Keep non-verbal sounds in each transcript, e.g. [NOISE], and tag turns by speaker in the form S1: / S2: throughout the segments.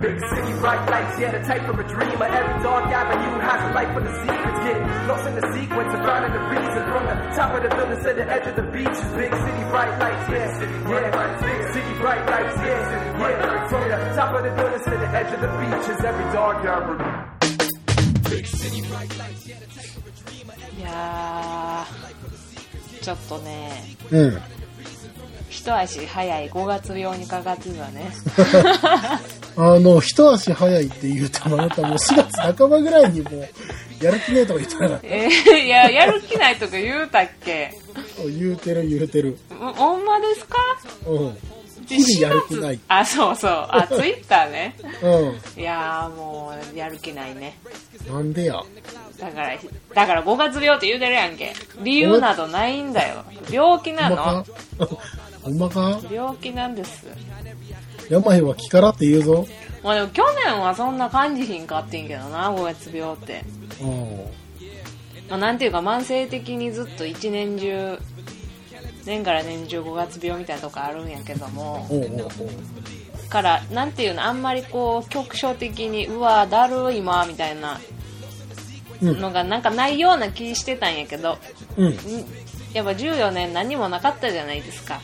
S1: Big city, bright lights, yeah, the type of a dreamer. Every dark avenue has a light for the secrets. Get lost in the sequence of finding the reason. From the top of the building to the edge of the beach. Big city, bright lights, yeah, yeah. Big city, bright lights, yeah, yeah. From the top of the building to the edge of the beach is every dark avenue.
S2: いやーちょっとね
S3: うん。
S2: 一足早い5月病にかかってた
S3: [LAUGHS]
S2: ね
S3: あの、一足早いって言うてもあなたもう4月半ばぐらいにもう、やる気ねえとか言ってなかった。
S2: えーいややる気ないとか言うたっけ
S3: 言うてる言うてる。
S2: ほほんまですか
S3: うん。日
S2: 4
S3: 々やる気ない
S2: あそうそうあツイッターね
S3: う
S2: いやーもうやる気ないね
S3: ん。なんでや。
S2: だからだから5月病って言うてるやんけ理由などないんだよ病気な
S3: ほんま
S2: の
S3: かほんまか
S2: 病気なんです
S3: 病は気からって言うぞ。
S2: まあでも去年はそんな感じひんかってんけどな5月病って
S3: うん。
S2: まあ、なんていうか慢性的にずっと一年中年から年中5月病みたいなとこあるんやけども
S3: おうおうおう。
S2: からなんていうのあんまりこう局所的にうわだるい今みたいな
S3: うん
S2: のがなんかないような気してたんやけど、
S3: うん。
S2: んやっぱ14年何もなかったじゃないですか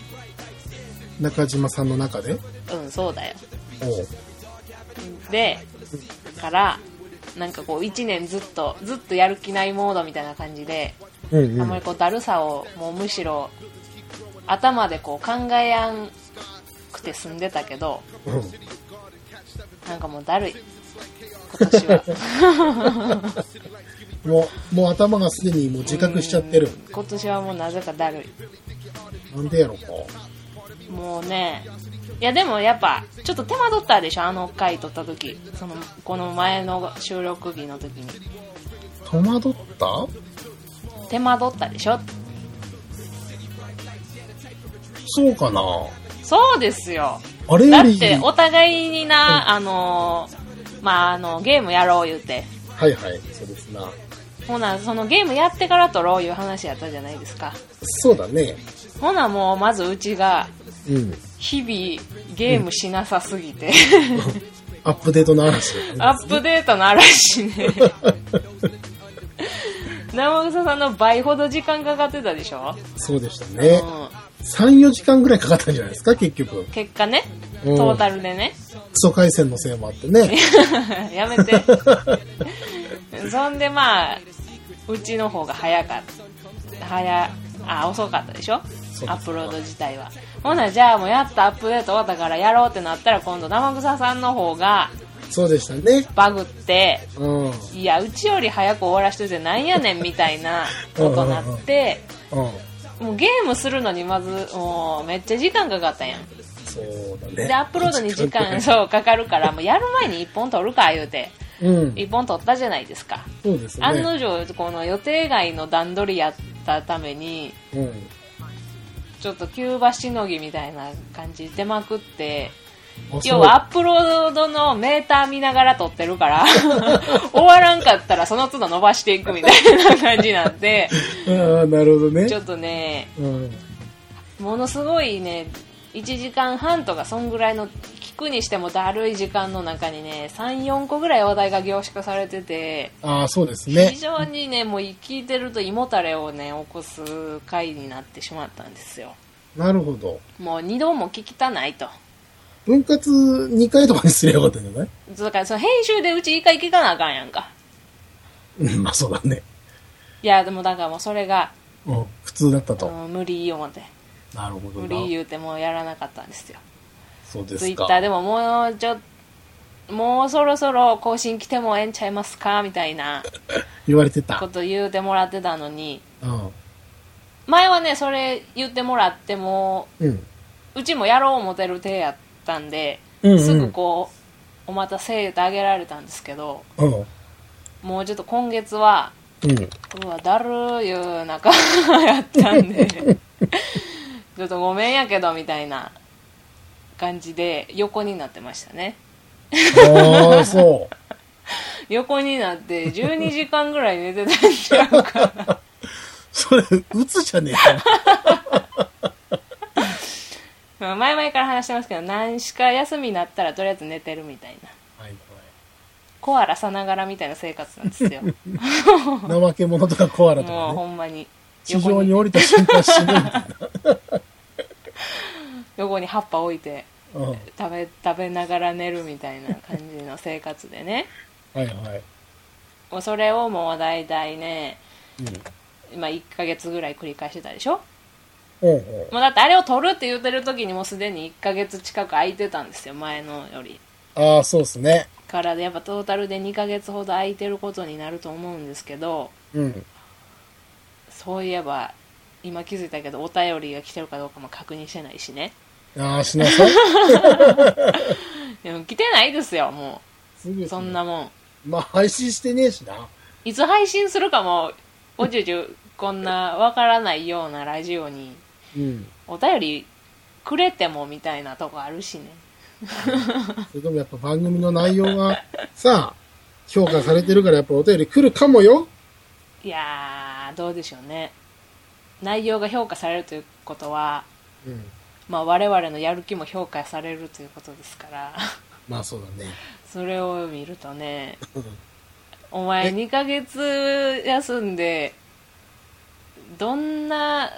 S3: 中島さんの中で
S2: うんそうだよ
S3: おう。
S2: でだからなんかこう一年ずっとずっとやる気ないモードみたいな感じで
S3: うん
S2: あ
S3: うん。
S2: んま
S3: あ
S2: りこうだるさをもうむしろ頭でこう考えやんくて済んでたけどなんかもうだ
S3: [LAUGHS]
S2: るい今年は
S3: もう、もう頭がすでにもう自覚しちゃってる。
S2: うん今年はもうなぜかだる
S3: なんでやろか。
S2: いもうねいやでもやっぱちょっと手間取ったでしょあの回撮った時そのこの前の収録日の時に
S3: 戸惑った
S2: 手間取ったでしょ
S3: そうかな
S2: そうですよ
S3: あれ
S2: だ
S3: よ
S2: っ
S3: り、
S2: てお互いになあのーまああのゲームやろう言うて
S3: はいはい、そうですな。
S2: ほな、そのゲームやってから撮ろういう話やったじゃないですか。
S3: そうだね。
S2: ほな、もうまずうちが、
S3: うん。
S2: 日々ゲームしなさすぎ
S3: [LAUGHS]
S2: て、
S3: アップデートの嵐。
S2: アップデートの嵐ね。生草さんの倍ほど時間かかってたでしょ、
S3: そうでした
S2: う
S3: ね。
S2: ん、
S3: 3、4時間ぐらいかかったんじゃないですか、結局。
S2: 結果ね、
S3: うん
S2: トータルでね。 [LAUGHS]
S3: 基礎回線のせいもあってね。
S2: やめて。 [LAUGHS] そんでまあ、うちの方が早かった。早、あ、遅かったでしょ
S3: そうです
S2: アップロード自体は。ほな、じゃあもうやったアップデート終わったからやろうってなったら今度生草さんの方が
S3: そうでしたね。
S2: バグって、
S3: うん。うん。
S2: いや、うちより早く終わらしててなんやねんみたい [LAUGHS] なことなって、もうゲームするのにまず、もうめっちゃ時間かかったやん。
S3: そうだね。
S2: で、アップロードに時間、
S3: う。
S2: そう、かかるから、もうやる前に一本取るか言うて、
S3: うん。
S2: 一本取ったじゃないですか。
S3: そうですね。
S2: 案の定この予定外の段取りやったために
S3: うん。
S2: ちょっと急場しのぎみたいな感じ出まくって
S3: あそう
S2: 要はアップロードのメーター見ながら撮ってるから
S3: [LAUGHS]
S2: 終わらんかったらその都度伸ばしていくみたいな感じなん
S3: [LAUGHS]
S2: で
S3: ああ、なるほどね
S2: ち。ょっとね
S3: うん。
S2: ものすごいね1時間半とかそんぐらいの聞くにしてもだるい時間の中にね34個ぐらい話題が凝縮されてて
S3: ああ、そうです
S2: 非
S3: ね。
S2: 常にねもう聞いてると胃もたれをね起こす回になってしまったんですよ
S3: なるほど。
S2: もう二度も聞きたないと
S3: 分割2回とかにすればよかったんじゃない
S2: だからその編集でうち一回聞かなあかんやんか
S3: うん、まあそうだね。
S2: いやでもだからもうそれが、
S3: うん。普通だったと。
S2: うん無理思って
S3: なるほど
S2: 無
S3: な。
S2: 理言うてもうやらなかったんですよ
S3: そうで
S2: ツイッ
S3: すか。
S2: ターでももうちょっもうそろそろ更新来てもええんちゃいますかみたいな
S3: 言われてた
S2: こ。と言うてもらってたのに
S3: うん。
S2: 前はねそれ言ってもらっても
S3: うん。
S2: うちもやろう思てる手やったんで、
S3: うんうん
S2: すぐこうお待たせってあげられたんですけど
S3: うん。
S2: もうちょっと今月は [LAUGHS]
S3: うん。
S2: うわだるーいう中 [LAUGHS] やったん
S3: [LAUGHS]
S2: でちょっとごめんやけどみたいな感じで横になってましたね
S3: ああ、そ
S2: 横になって12時間ぐらい寝てたんちゃ
S3: [LAUGHS]
S2: うかな
S3: う。それ、うつじゃね
S2: まあ前々から話してますけど何しか休みになったらとりあえず寝てるみたいな
S3: はい
S2: コアラさながらみたいな生活なんですよ
S3: [LAUGHS] はい。怠け者とかコアラと
S2: もう
S3: か
S2: ほ
S3: ね。
S2: んまに
S3: 地上に
S2: 横
S3: 降りた瞬間死ぬみたい
S2: 横に葉っぱ置いて
S3: な。うん。は
S2: 食べ食べながら寝るみたいな感じの生活でね [LAUGHS]
S3: いはい。
S2: もうそれをもう大体ね
S3: うん。
S2: 今1ヶ月ぐらい繰り返してたでしょ
S3: おうおう
S2: もうだってあれを取るって言ってる時にもうすでに1ヶ月近く空いてたんですよ前のより
S3: ああ、そうですね。
S2: からでやっぱトータルで2ヶ月ほど空いてることになると思うんですけど
S3: うん。
S2: そういえば今気づいたけどお便りが来てるかどうかも確認してないしね
S3: ああ、しなさい。
S2: でも来てないですよも
S3: すぐですね
S2: うそんな。もん
S3: まあ、配信してねえしな。
S2: いつ配信するかもおじゅじゅこんなわからないようなラジオに
S3: うん。
S2: お便りくれてもみたいなとこあるしね
S3: それでもやっぱ番組の内容が、さあ、評価されてるからやっぱお便り来るかもよ。
S2: いやーどうでしょうね内容が評価されるということは、
S3: うん。
S2: まあ、我々のやる気も評価されるということですから
S3: まあそうだね。
S2: それを見るとね
S3: うん
S2: お前
S3: え
S2: 2ヶ月休んでどんな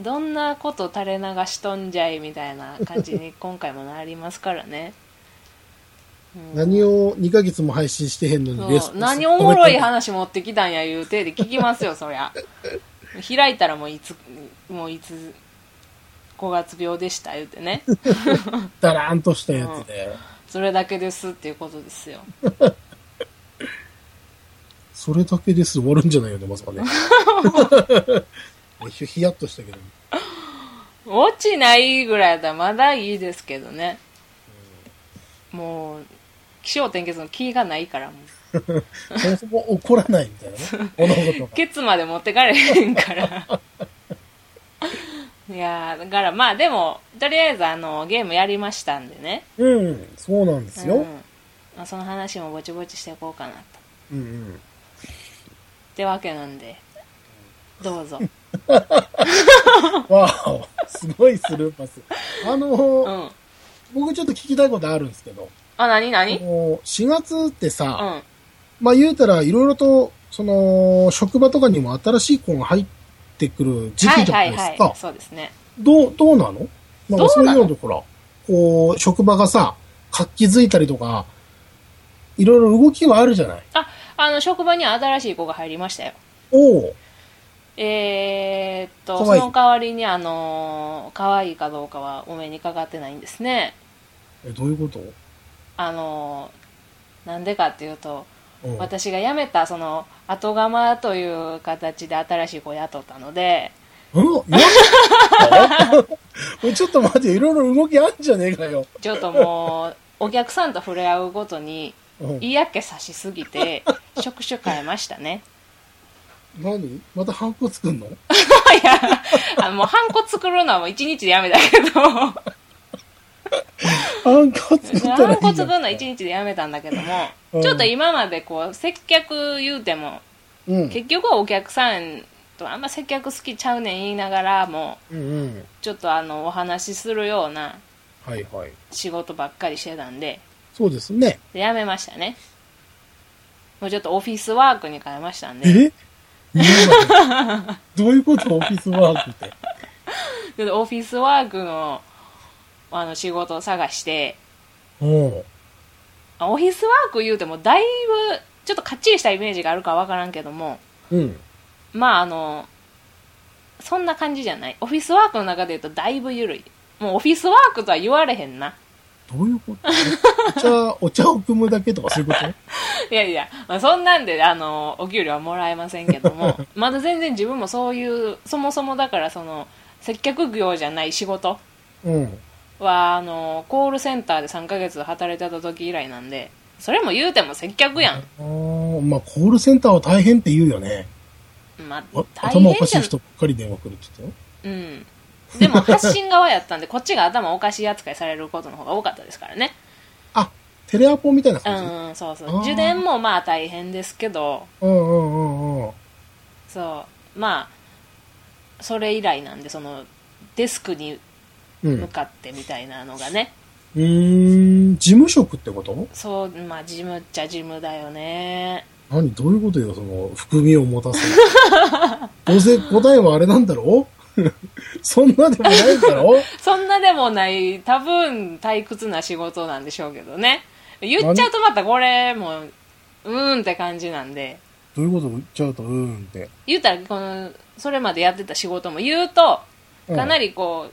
S2: どんなこと垂れ流しとんじゃいみたいな感じ
S3: [LAUGHS]
S2: に今回もなりますからね、うん
S3: 何を2ヶ月も配信してへんのに
S2: そう何おもろい話持ってきたんや言うてで聞き
S3: [LAUGHS]
S2: ますよそりゃ開いたらもういつもういつ5月病でした言うてね
S3: だらーんとしたやつで、
S2: それだけですっていうことですよ
S3: それだけです終わるんじゃないよね、まさかね。
S2: [LAUGHS]
S3: ひひやっとしたけど。
S2: 落ちないぐらいだったらまだいいですけどねもう気象転結の気がないからもう
S3: そもそも怒らないみたい
S2: [LAUGHS]
S3: なね。物事が。
S2: ケツまで持ってかれへんから
S3: [LAUGHS]
S2: いやーだからまあでもとりあえずあのゲームやりましたんでね
S3: うん、そうなんです
S2: う
S3: よ
S2: ん。まあ、その話もぼちぼちしていこうかなとっ
S3: うんうん。
S2: てわけなんでどうぞ
S3: わーお、すごいスルーパス。あの
S2: う
S3: ー、
S2: ん
S3: 僕ちょっと聞きたいことあるんですけど、
S2: あ何
S3: あ
S2: 何うん
S3: のー4月ってさ、
S2: はい
S3: まあ言うたらいろいろと、その、職場とかにも新しい子が入ってくる時期じゃな
S2: はいい
S3: ですか。
S2: はいそうですね
S3: どう、どうなのなんか
S2: ど
S3: そううい
S2: な
S3: う
S2: の
S3: のとほら、こう、職場がさ、活気づいたりとか、いろいろ動きはあるじゃない。
S2: ああの職場には新しい子が入りましたよ
S3: おう
S2: えー、っと
S3: 可愛い
S2: その代わりにあのー可愛いかどうかはお目にかかってないんですね
S3: え、どういうこと
S2: あのーなんでかっていうと
S3: うん
S2: 私が辞めたその後釜という形で新しい子を雇ったので
S3: うんやめた [LAUGHS] おいちょっと待ってよ、いろいろ動きあんじゃねえかよ。
S2: ちょっともうお客さんと触れ合うごとに
S3: うん、
S2: 嫌気さしすぎて職種変えましたね [LAUGHS]
S3: 何またハンコ作んの
S2: いやあのもうハンコ作るのはもう一日でやめたけどハ
S3: ハンコ作ったらいい
S2: ンコ作るのは一
S3: じ
S2: 日でやめたんだけども、
S3: うん
S2: ちょっと今までこう接客言うても
S3: ゃんうん。
S2: 結局はお客さんとあんま接客好きちゃうねん言いながらも
S3: うんうん。
S2: ちょっとあのお話しするような
S3: はいはい。
S2: 仕事ばっかりしてたんで
S3: そうですね。
S2: でやめましたねもうちょっとオフィスワークに変えましたんで
S3: え [LAUGHS] 見えないどういうことオフィスワークって。
S2: でオフィスワークのあの仕事を探して
S3: うん。
S2: あオフィスワーク言うてもだいぶちょっとかっちりしたイメージがあるかわからんけども
S3: うん。
S2: まああのそんな感じじゃないオフィスワークの中で言うとだいぶ緩いもうオフィスワークとは言われへんな [LAUGHS]
S3: どういうことお茶、お茶を汲むだけとかそういうこと
S2: いやいや、まあ、そんなんであのお給料はもらえませんけども
S3: [LAUGHS]
S2: まだ全然自分もそういうそもそもだからその接客業じゃない仕事
S3: うん。
S2: はあのコールセンターで3ヶ月働いてた時以来なんでそれも言うても接客やん
S3: あーまあ、コールセンターは大変って言うよね。
S2: まあ
S3: あ、
S2: 大
S3: 頭お
S2: 変
S3: かし
S2: じゃ
S3: い
S2: ん
S3: 人ばっかり電話来るって言って
S2: うん。でも発信側やったんで、こっちが頭おかしい扱いされることの方が多かったですからね。
S3: たよ。あ、テレアポみたいな
S2: う
S3: 感じ。
S2: ん、うん、そうそ
S3: あー
S2: う。受電もまあ大変ですけど、
S3: うんうんうんうん。
S2: そう。まあ、それ以来なんで、その、デスクに
S3: う
S2: 向
S3: ん。
S2: かってみたいなのがね、
S3: ううーん、事務職ってこと
S2: そうまあ事務っちゃ事務だよね
S3: 何どういうことよ、その、含みを持たせ
S2: [LAUGHS]
S3: る。どうせ答えはあれなんだろう [LAUGHS] そんなでもないだろう
S2: そんなでもない多分退屈な仕事なんでしょうけどね言っちゃうとまたこれもうーんって感じなんで
S3: どういうこと言っちゃうと、うーんって。
S2: 言うたらこのそれまでやってた仕事も言うとかな
S3: り。
S2: りこ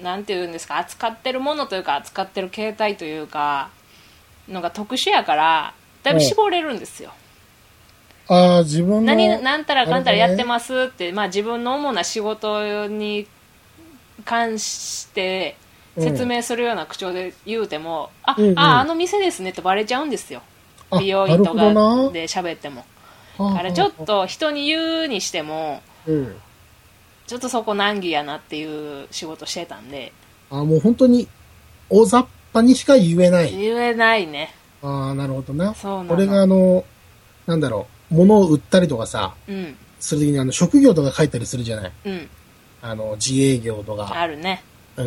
S2: う、なんていうんですか扱ってるものというか扱ってる形態というかのが特殊やからだいぶ絞れるんですよ、
S3: ああ、自分の。
S2: 何なんたらかんたらやってますって、まあ、自分の主な仕事に関して説明するような口調で言うても、あ、
S3: うんうん
S2: ああの店ですねってバレちゃうんですよ
S3: あ
S2: 美容院とか
S3: なるほどな
S2: で喋っても
S3: あ
S2: だ
S3: あ
S2: からちょっと人に言うにしても
S3: うん。
S2: ちょっとそこ難儀やなっていう仕事してたんで
S3: あもう本当に、大雑把にしか言えない。
S2: 言えないね
S3: ああ、なるほどな。
S2: そうなの
S3: これがあの、なんだろう、物を売ったりとかさ、
S2: うん
S3: するときにあの、職業とか書いたりするじゃない
S2: うん
S3: あの、自営業とか、
S2: あるね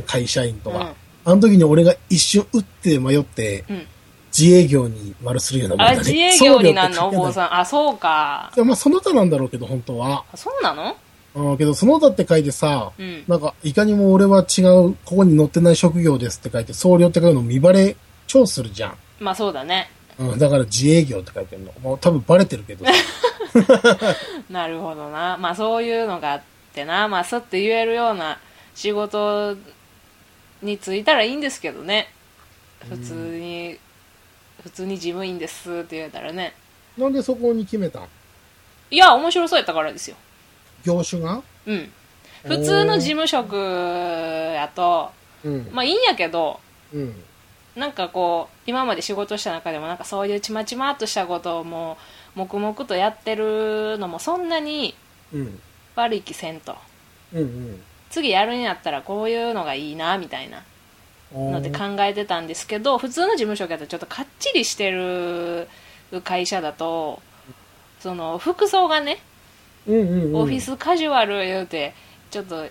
S3: 会社員とか。
S2: うん
S3: あの時に俺が一瞬打って迷って、
S2: うん
S3: 自営業に丸するようなもん
S2: あ
S3: だね。
S2: 自営業になんのお
S3: 送料
S2: 坊
S3: って書いてある
S2: さんあそうか
S3: いやまあ、その他なんだろうけど、本当は。
S2: あそうなの
S3: うん、けど、その他って書いてさ、
S2: うん
S3: なんか、いかにも俺は違う、ここに載ってない職業ですって書いて、送料って書くの見バレ超するじゃん。
S2: まあそうだね
S3: うん、だから自営業って書いてるの。もう多分バレてる
S2: [LAUGHS]
S3: けどさ。
S2: なるほどなまあそういうのがあってなまあすって言えるような仕事に就いたらいいんですけどね普通に、普通に事務員ですって言えたらね
S3: なんでそこに決めた
S2: いや面白そうやったからですよ
S3: 業種が
S2: うん普通の事務職やと
S3: うん。
S2: まあいいんやけど
S3: うん。
S2: なんかこう今まで仕事した中でもなんかそういうちまちまっとしたことをもう黙々とやってるのもそんなに
S3: うん。
S2: 悪い気せんと
S3: うん。
S2: 次やるんやったらこういうのがいいなみたいな
S3: うん。
S2: ので考えてたんですけど普通の事務所だとちょっとかっちりしてる会社だとその服装がね
S3: うんうんうん。
S2: オフィ。スカジュアル言うてちょっと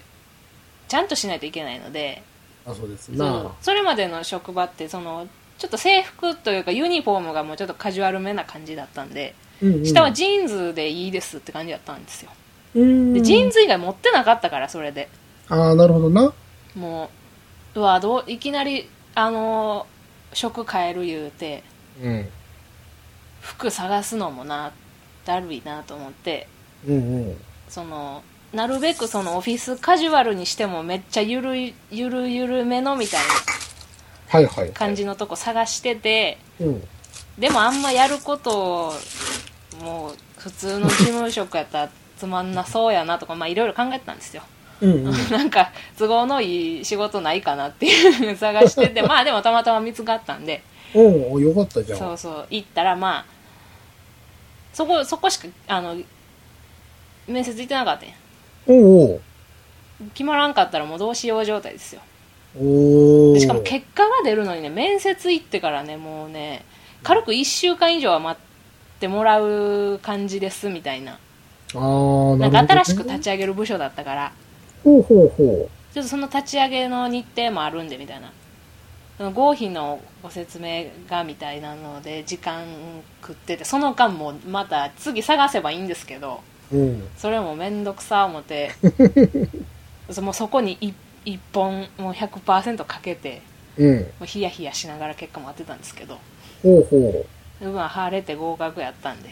S2: ちゃんとしないといけないので
S3: あ、そうです
S2: そ
S3: な
S2: の。それまでの職場ってそのちょっと制服というかユニフォームがもうちょっとカジュアルめな感じだったんで
S3: うんうん
S2: 下はジーンズでいいですって感じだったんですよ
S3: うん
S2: でジーンズ以外持ってなかったからそれで
S3: ああ、なるほどな。
S2: もううわどういきなりあのー職変える言うて
S3: うん。
S2: 服探すのもなだるいなと思って
S3: うんうん。
S2: そのなるべくそのオフィスカジュアルにしてもめっちゃゆるいゆるゆるめのみたい
S3: はいはい。
S2: な感じのとこ探してて
S3: うん。
S2: でもあんまやることをもう普通の事務職やったらつまんなそうやなとかまあいろいろ考えてたんですよ [LAUGHS]
S3: うんうん。
S2: なんか都合のいい仕事ないかなっていう探しててまあでもたまたま見つかったんで
S3: おうよかったじゃん。
S2: そうそう行ったらまあそこそこしかあの面接行ってなかったんや
S3: おう
S2: 決まらんかったらもうどうしよう状態ですよ
S3: おうお
S2: で
S3: う
S2: しかも結果が出るのにね面接行ってからねもうね軽く1週間以上は待ってもらう感じですみたいな
S3: あー
S2: な
S3: なるほどね
S2: んか新しく立ち上げる部署だったから
S3: ほうほうほ
S2: ちょっとその立ち上げの日程もあるんでみたいなその合否のご説明がみたいなので時間食っててその間もまた次探せばいいんですけど
S3: う。うん。
S2: それも面倒くさ思って [LAUGHS] そもうそこに一一本もう100%かけて
S3: うん。
S2: もうヒヤヒヤしながら結果待ってたんですけど
S3: ほうほ
S2: うま晴れて合格やったんで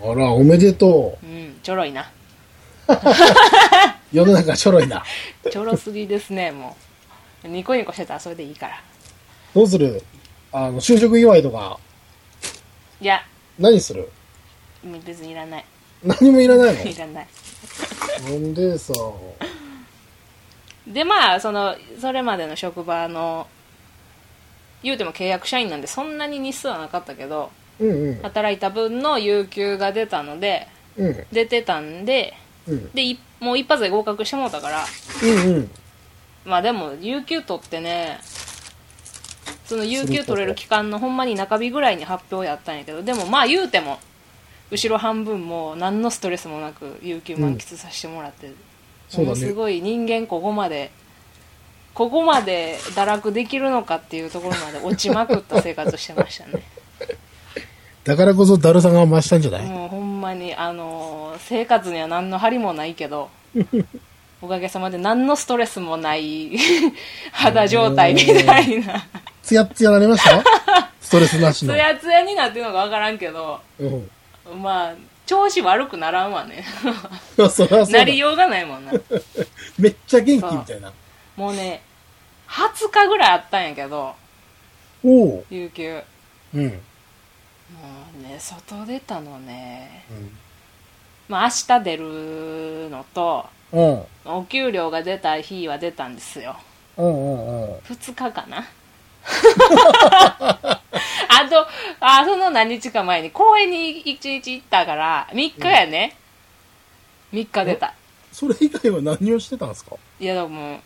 S3: う。あら、おめでと
S2: うんちょろいな
S3: う。世の中ちょろいな。
S2: ちょろすぎですねもうニコニコしてたらそれでいいから
S3: どうするあの、就職祝いとか、
S2: いや
S3: 何する
S2: 別にいらない
S3: 何もいらない
S2: いらない [LAUGHS]
S3: のなんでさ。
S2: でまあそのそれまでの職場の言うても契約社員なんでそんなに日数はなかったけど
S3: うんうん。
S2: 働いた分の有給が出たので
S3: うん。
S2: 出てたんで
S3: うん。
S2: でいもう一発で合格してもうたから
S3: うんうん。
S2: まあでも有給取ってねその有給取れる期間のほんまに中日ぐらいに発表やったんやけどでもまあ言うても後ろ半分もう何のストレスもなく有給満喫させてもらって、
S3: そう
S2: も
S3: だ
S2: う
S3: ね
S2: すごい人間ここまでここまで堕落できるのかっていうところまで落ちまくった生活してましたね
S3: だからこそだるさが増したんじゃない、
S2: [LAUGHS] もうほんまにあのー生活には何の張りもないけどおかげさまで何のストレスもない [LAUGHS] 肌状態みたいな
S3: ツヤッツヤなりました
S2: [LAUGHS]
S3: ストレスなし
S2: ツ
S3: の。
S2: ヤツヤになってるのか分からんけど
S3: うん。
S2: まあ調子悪くならんわね
S3: そりゃそうだ。
S2: なりようがないもんな
S3: めっちゃ元気みたいな。
S2: もうね20日ぐらいあったんやけど
S3: おお。
S2: 有給も
S3: うん。うん。
S2: うね外出たのねまあ明日出るのと
S3: うん。
S2: お給料が出た日は出たんですよ
S3: うんうんうん。
S2: 2日かな [LAUGHS] あとあその何日か前に公園に1日行ったから3日やね、3日出た
S3: それ以外は何をしてたんですか
S2: いやでも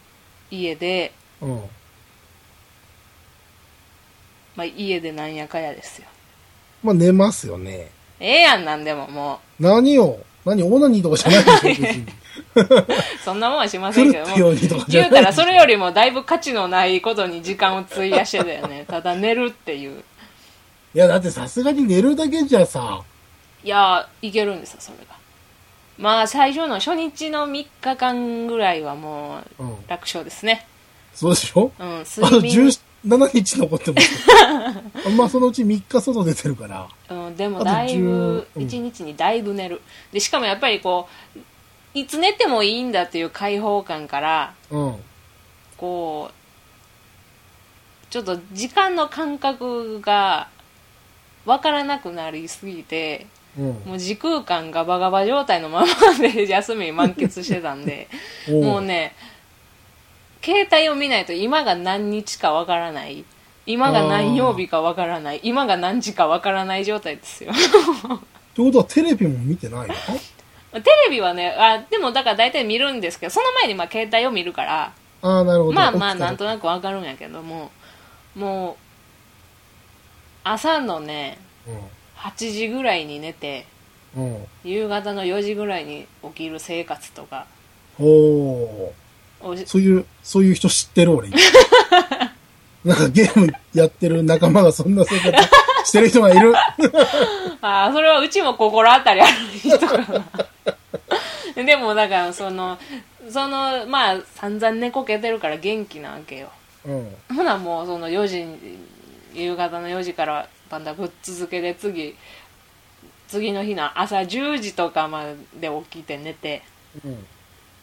S2: 家で、
S3: うん。
S2: まあ、家でなんやかやですよ
S3: まあ寝ますよね。
S2: ええやんなんでもも
S3: 何を何オナニーとかじゃないでしょ別に。
S2: うそん [LAUGHS] なもんはしませんけど
S3: 狂っ
S2: も
S3: たようにとかじゃ
S2: 言
S3: ないう
S2: たらそれよりもだいぶ価値のないことに時間を費やしてたよ
S3: [LAUGHS]
S2: ねただ寝るっていう
S3: いや、だってさすがに寝るだけじゃさ、
S2: いやいけるんですよそれがまあ最初の初日の3日間ぐらいはもう
S3: うん。
S2: 楽勝ですね
S3: そうでしょ
S2: うん
S3: [LAUGHS] あと
S2: 睡眠
S3: 17日残ってます
S2: [LAUGHS]
S3: よ。まあそのうち3日外出てるから。
S2: うん、でも
S3: あと
S2: だいぶ
S3: 10うん
S2: 1日にだいぶ寝るでしかもやっぱりこういつ寝てもいいんだっていう解放感から
S3: うん。
S2: こうちょっと時間の感覚が分からなくなりすぎて
S3: うん。
S2: もう時空間ガバガバ状態のままで休み満喫してたんで
S3: [LAUGHS] おう
S2: もうね携帯を見ないと今が何日か分からない今が何曜日か分からない今が何時か分からない状態
S3: [LAUGHS]
S2: ですよ
S3: ってことはテレビも見てないの
S2: テレビはねあでもだから大体見るんですけどその前にまあ携帯を見るから
S3: ああ、なるほど。
S2: まあまあ
S3: 起きたら
S2: なんとなくわかるんやけどももう朝のね8時ぐらいに寝て
S3: うん。うん。
S2: 夕方の4時ぐらいに起きる生活とか
S3: おー。
S2: おし [LAUGHS]
S3: そういう、そういう人知ってる俺。なんかゲームやってる仲間がそんな生活してる人がいる。
S2: ああそれはうちも心当たりある人か
S3: [LAUGHS]
S2: なでもだからそのそのまあ散々寝こけてるから元気なわけよ
S3: うん。
S2: ほなもうその4時夕方の4時からまたぶっ続けで次次の日の朝10時とかまで起きて寝て
S3: うん。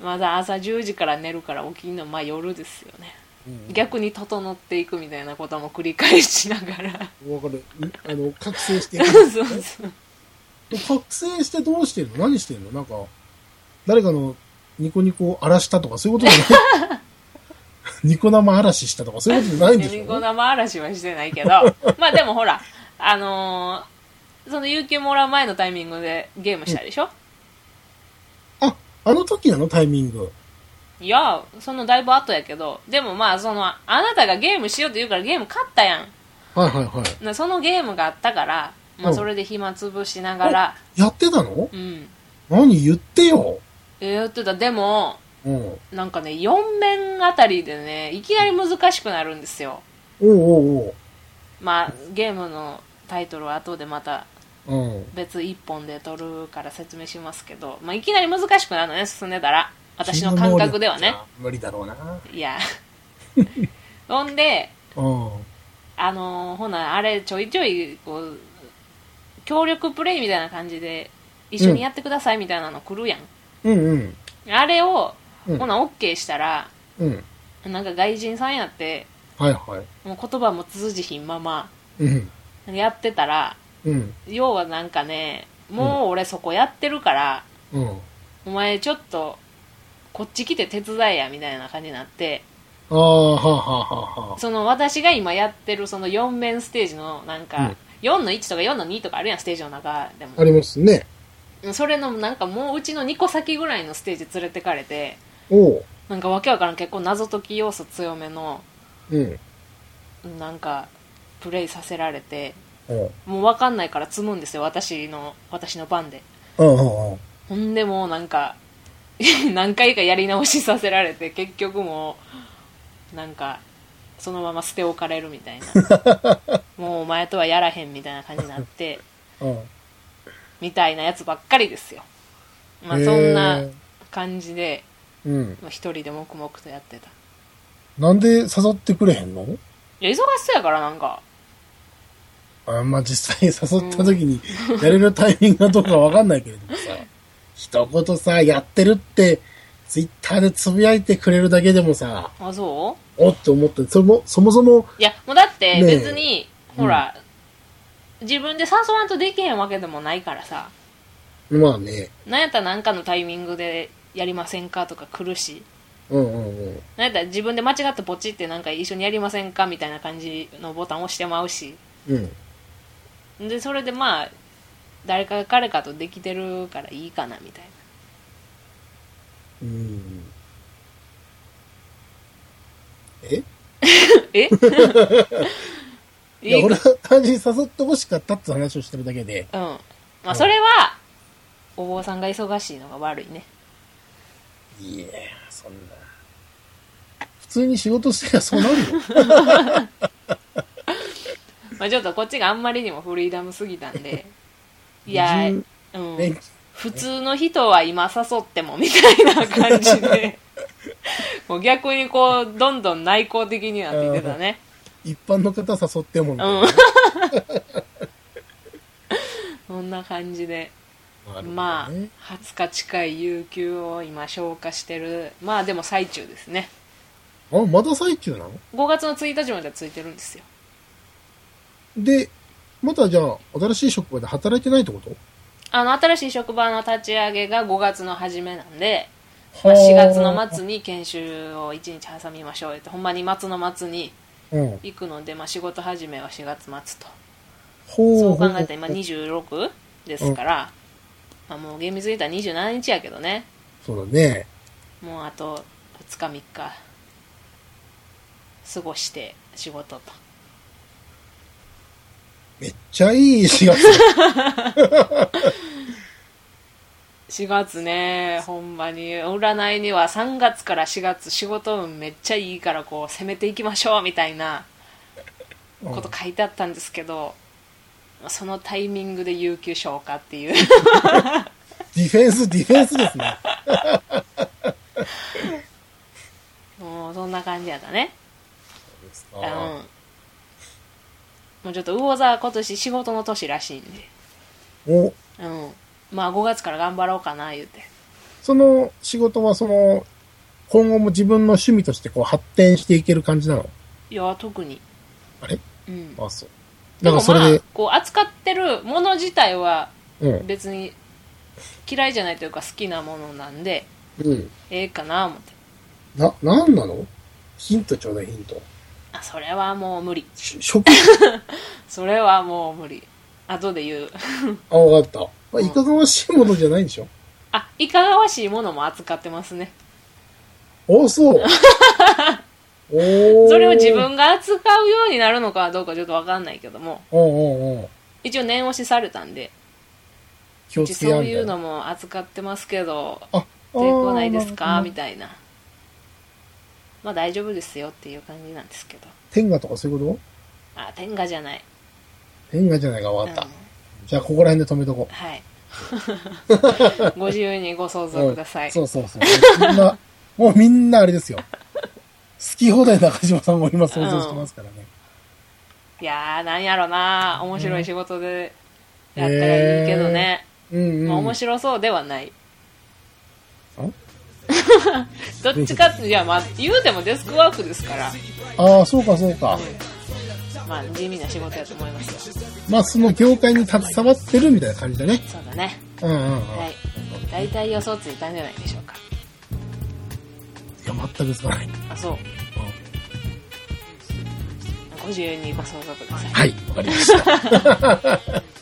S2: まだ朝10時から寝るから起きるのまあ夜ですよね
S3: うん
S2: 逆に整っていくみたいなことも繰り返しなが
S3: [LAUGHS]
S2: ら
S3: わかる。あの、覚醒してる。
S2: そうそう
S3: 覚醒してどうしてるの何してるのなんか、誰かのニコニコを荒らしたとかそういうことじゃない [LAUGHS] ニコ生荒らししたとかそういうことじゃないんでし
S2: ユニコ
S3: ょ
S2: 生嵐はしてない
S3: [LAUGHS]
S2: けどまあでもほらあのーその有給もらう前のタイミングでゲームしたでしょ、
S3: あ、あの時なのタイミング。
S2: いやそのだいぶ後やけどでもまあそのあなたがゲームしようって言うからゲーム勝ったやん
S3: はいはいはい。
S2: なそのゲームがあったから、ま
S3: う
S2: あ、
S3: ん
S2: それで暇つぶしながら
S3: やってたの
S2: うん
S3: 何言ってよ。
S2: えやってたでも
S3: うん。おう
S2: なんかね4面あたりでねいきなり難しくなるんですよ
S3: おう
S2: まあゲームのタイトルは後でまた
S3: おう。うん。
S2: 別1本で撮るから説明しますけど、まあ、いきなり難しくなるのね進んでたら私の感覚ではね。
S3: 無理だろうな。
S2: い
S3: [LAUGHS]
S2: やほんで
S3: うん。
S2: あのーほなあれちょいちょいこう協力プレイみたいな感じで一緒にやってくださいみたいなの来るやん、
S3: うんうん。
S2: あれを、
S3: うん
S2: ほな OK したら
S3: うん。
S2: なんか外人さんやって
S3: はいは
S2: もう言葉も通じひんまま
S3: い。うん。
S2: やってたら
S3: うん。
S2: 要はなんかねもう俺そこやってるから、
S3: うん。
S2: お前ちょっとこっち来て手伝えやみたいな感じになって
S3: ああ、はあはあはあはあ。
S2: その私が今やってるその4面ステージのなんか、
S3: うん
S2: 4の1とか4の2とかあるやんステージの中でも
S3: ありますね。
S2: それのなんかもううちの2個先ぐらいのステージ連れてかれて
S3: おう。
S2: なんかわけわからん結構謎解き要素強めの
S3: うん。
S2: なんかプレイさせられて
S3: うん。
S2: もうわかんないから積むんですよ私の私の番で
S3: うんうんうん。
S2: ほんで [LAUGHS] もうなんか何回かやり直しさせられて結局もうなんかそのまま捨て置かれるみたいな
S3: [LAUGHS]
S2: もうお前とはやらへんみたいな感じになって
S3: うん。
S2: みたいなやつばっかりですよまあ
S3: へー
S2: そんな感じで
S3: うん。
S2: まあ一人で黙々とやってた
S3: なんで誘ってくれへんの
S2: いや忙しそうやからなんか
S3: あまあ実際に誘った時にやれるタイミングがどうかわかんないけれどもさ、一言さ、やってるって、ツイッターでつぶやいてくれるだけでもさ、
S2: あそう
S3: おって思って、それも、そもそも、
S2: いや、もうだって
S3: ねえ
S2: 別に、ほら、自分で誘わんとできへんわけでもないからさ、
S3: まあね、
S2: なんやったらなんかのタイミングでやりませんかとか来るし、
S3: うんうんうん。
S2: なんやったら自分で間違ってポチってなんか一緒にやりませんかみたいな感じのボタン押してまうし、
S3: うん。
S2: で、それでまあ、誰かが彼かとできてるからいいかなみたい
S3: うん。え
S2: な。 [LAUGHS] え
S3: いや、
S2: いい
S3: 俺は単純に誘ってほしかったって話をしてるだけで。
S2: うん。まあそれは、お坊さんが忙しいのが悪いね。
S3: いや、そんな。普通に仕事してりゃそうなるよ。
S2: まあちょっとこっちがあんまりにもフリーダムすぎたんで、いや、う
S3: 自
S2: ん。
S3: ね
S2: 普通の人は今誘ってもみたいな感じで、もう逆にこう、どんどん内向的になっていってたね。
S3: 一般の方誘ってもみたいな
S2: うん。 [LAUGHS] そんな感じで。
S3: のがるんだよね
S2: まあ、20日近い有給を今消化してる。まあでも最中ですね。
S3: あ、まだ最中なの
S2: 5月の1日までついてるんですよ。
S3: で、またじゃあ、新しい職場で働いてないってこと
S2: あの、新しい職場の立ち上げが5月の初めなんで、まあ
S3: はあ
S2: 4月の末に研修を1日挟みましょうよってほんまに末の末に
S3: うん。
S2: 行くので、まあ、仕事始めは4月末と
S3: ほ
S2: そうう考えたら今26ですから、まあ、もう厳密に言ったら27日やけどね
S3: そうだね。
S2: もうあと2日3日過ごして仕事と
S3: めっちゃいい4月。
S2: [LAUGHS] 4月ねほんまに占いには3月から4月仕事運めっちゃいいからこう攻めていきましょうみたいな
S3: うん
S2: こと書いてあったんですけど、そのタイミングで有給消化っていう [LAUGHS]
S3: ディフェンス、ディフェンスですね。
S2: もうそんな感じやったねうん
S3: あ
S2: もうちょっと魚座は今年仕事の年らしいんで
S3: お、
S2: うんまあ5月から頑張ろうかな言うて
S3: その仕事はその、今後も自分の趣味としてこう発展していける感じなの
S2: いや特に
S3: あれ
S2: うん
S3: あ、そう。
S2: で
S3: なん
S2: も
S3: かそ
S2: まあ
S3: れで、
S2: こう扱ってるもの自体は
S3: うん。
S2: 別に嫌いじゃないというか好きなものなんで
S3: うん。
S2: ええかな思って
S3: な、なんなのヒントちょうだいヒント。
S2: あそれはもう無理
S3: し職、
S2: それはもう無理後で言う
S3: あ、わかった。まあ、いかがわしいものじゃないんでしょ
S2: あいかがわしいものも扱ってますね
S3: お
S2: [LAUGHS]
S3: そう。おー
S2: それを自。分が扱うようになるのかどうかちょっとわかんないけども
S3: うんうんうん。
S2: 一応念押しされたんで
S3: 気を
S2: うち
S3: つけ
S2: そ
S3: やん
S2: う
S3: だ
S2: い
S3: よ
S2: うのも扱ってますけど
S3: あ、
S2: 抵抗ないです
S3: あ
S2: か
S3: ー
S2: みたいなまあ大丈夫ですよっていう感じなんですけど
S3: 天下とかそういうこ
S2: あ天下じゃない
S3: と天下じゃないか、わ
S2: う
S3: か
S2: ん
S3: った。じゃあ、ここら辺で止めとこう。
S2: はいご自由にご想像ください、
S3: うんそうそうそう。みんな、もうみんなあれですよ。好き放題中島さんも今想像してますからね。
S2: いやーなんやろな面白い仕事でやったらいいけどね、
S3: うんうん。
S2: まあ、面白そうではない
S3: ん
S2: どっちかっていやまあ言うてもデスクワークですから
S3: ああ、そうかそうか。
S2: まあ地味な仕事やと思いますよ
S3: まあ、その業界に携わってるみたいな感じだね。
S2: そうだね
S3: うんうんうん。、
S2: はいい大体予想ついたんじゃないでしょうか
S3: や、全くつかない。
S2: あそうご自由にご想像ください
S3: はい、わかりました。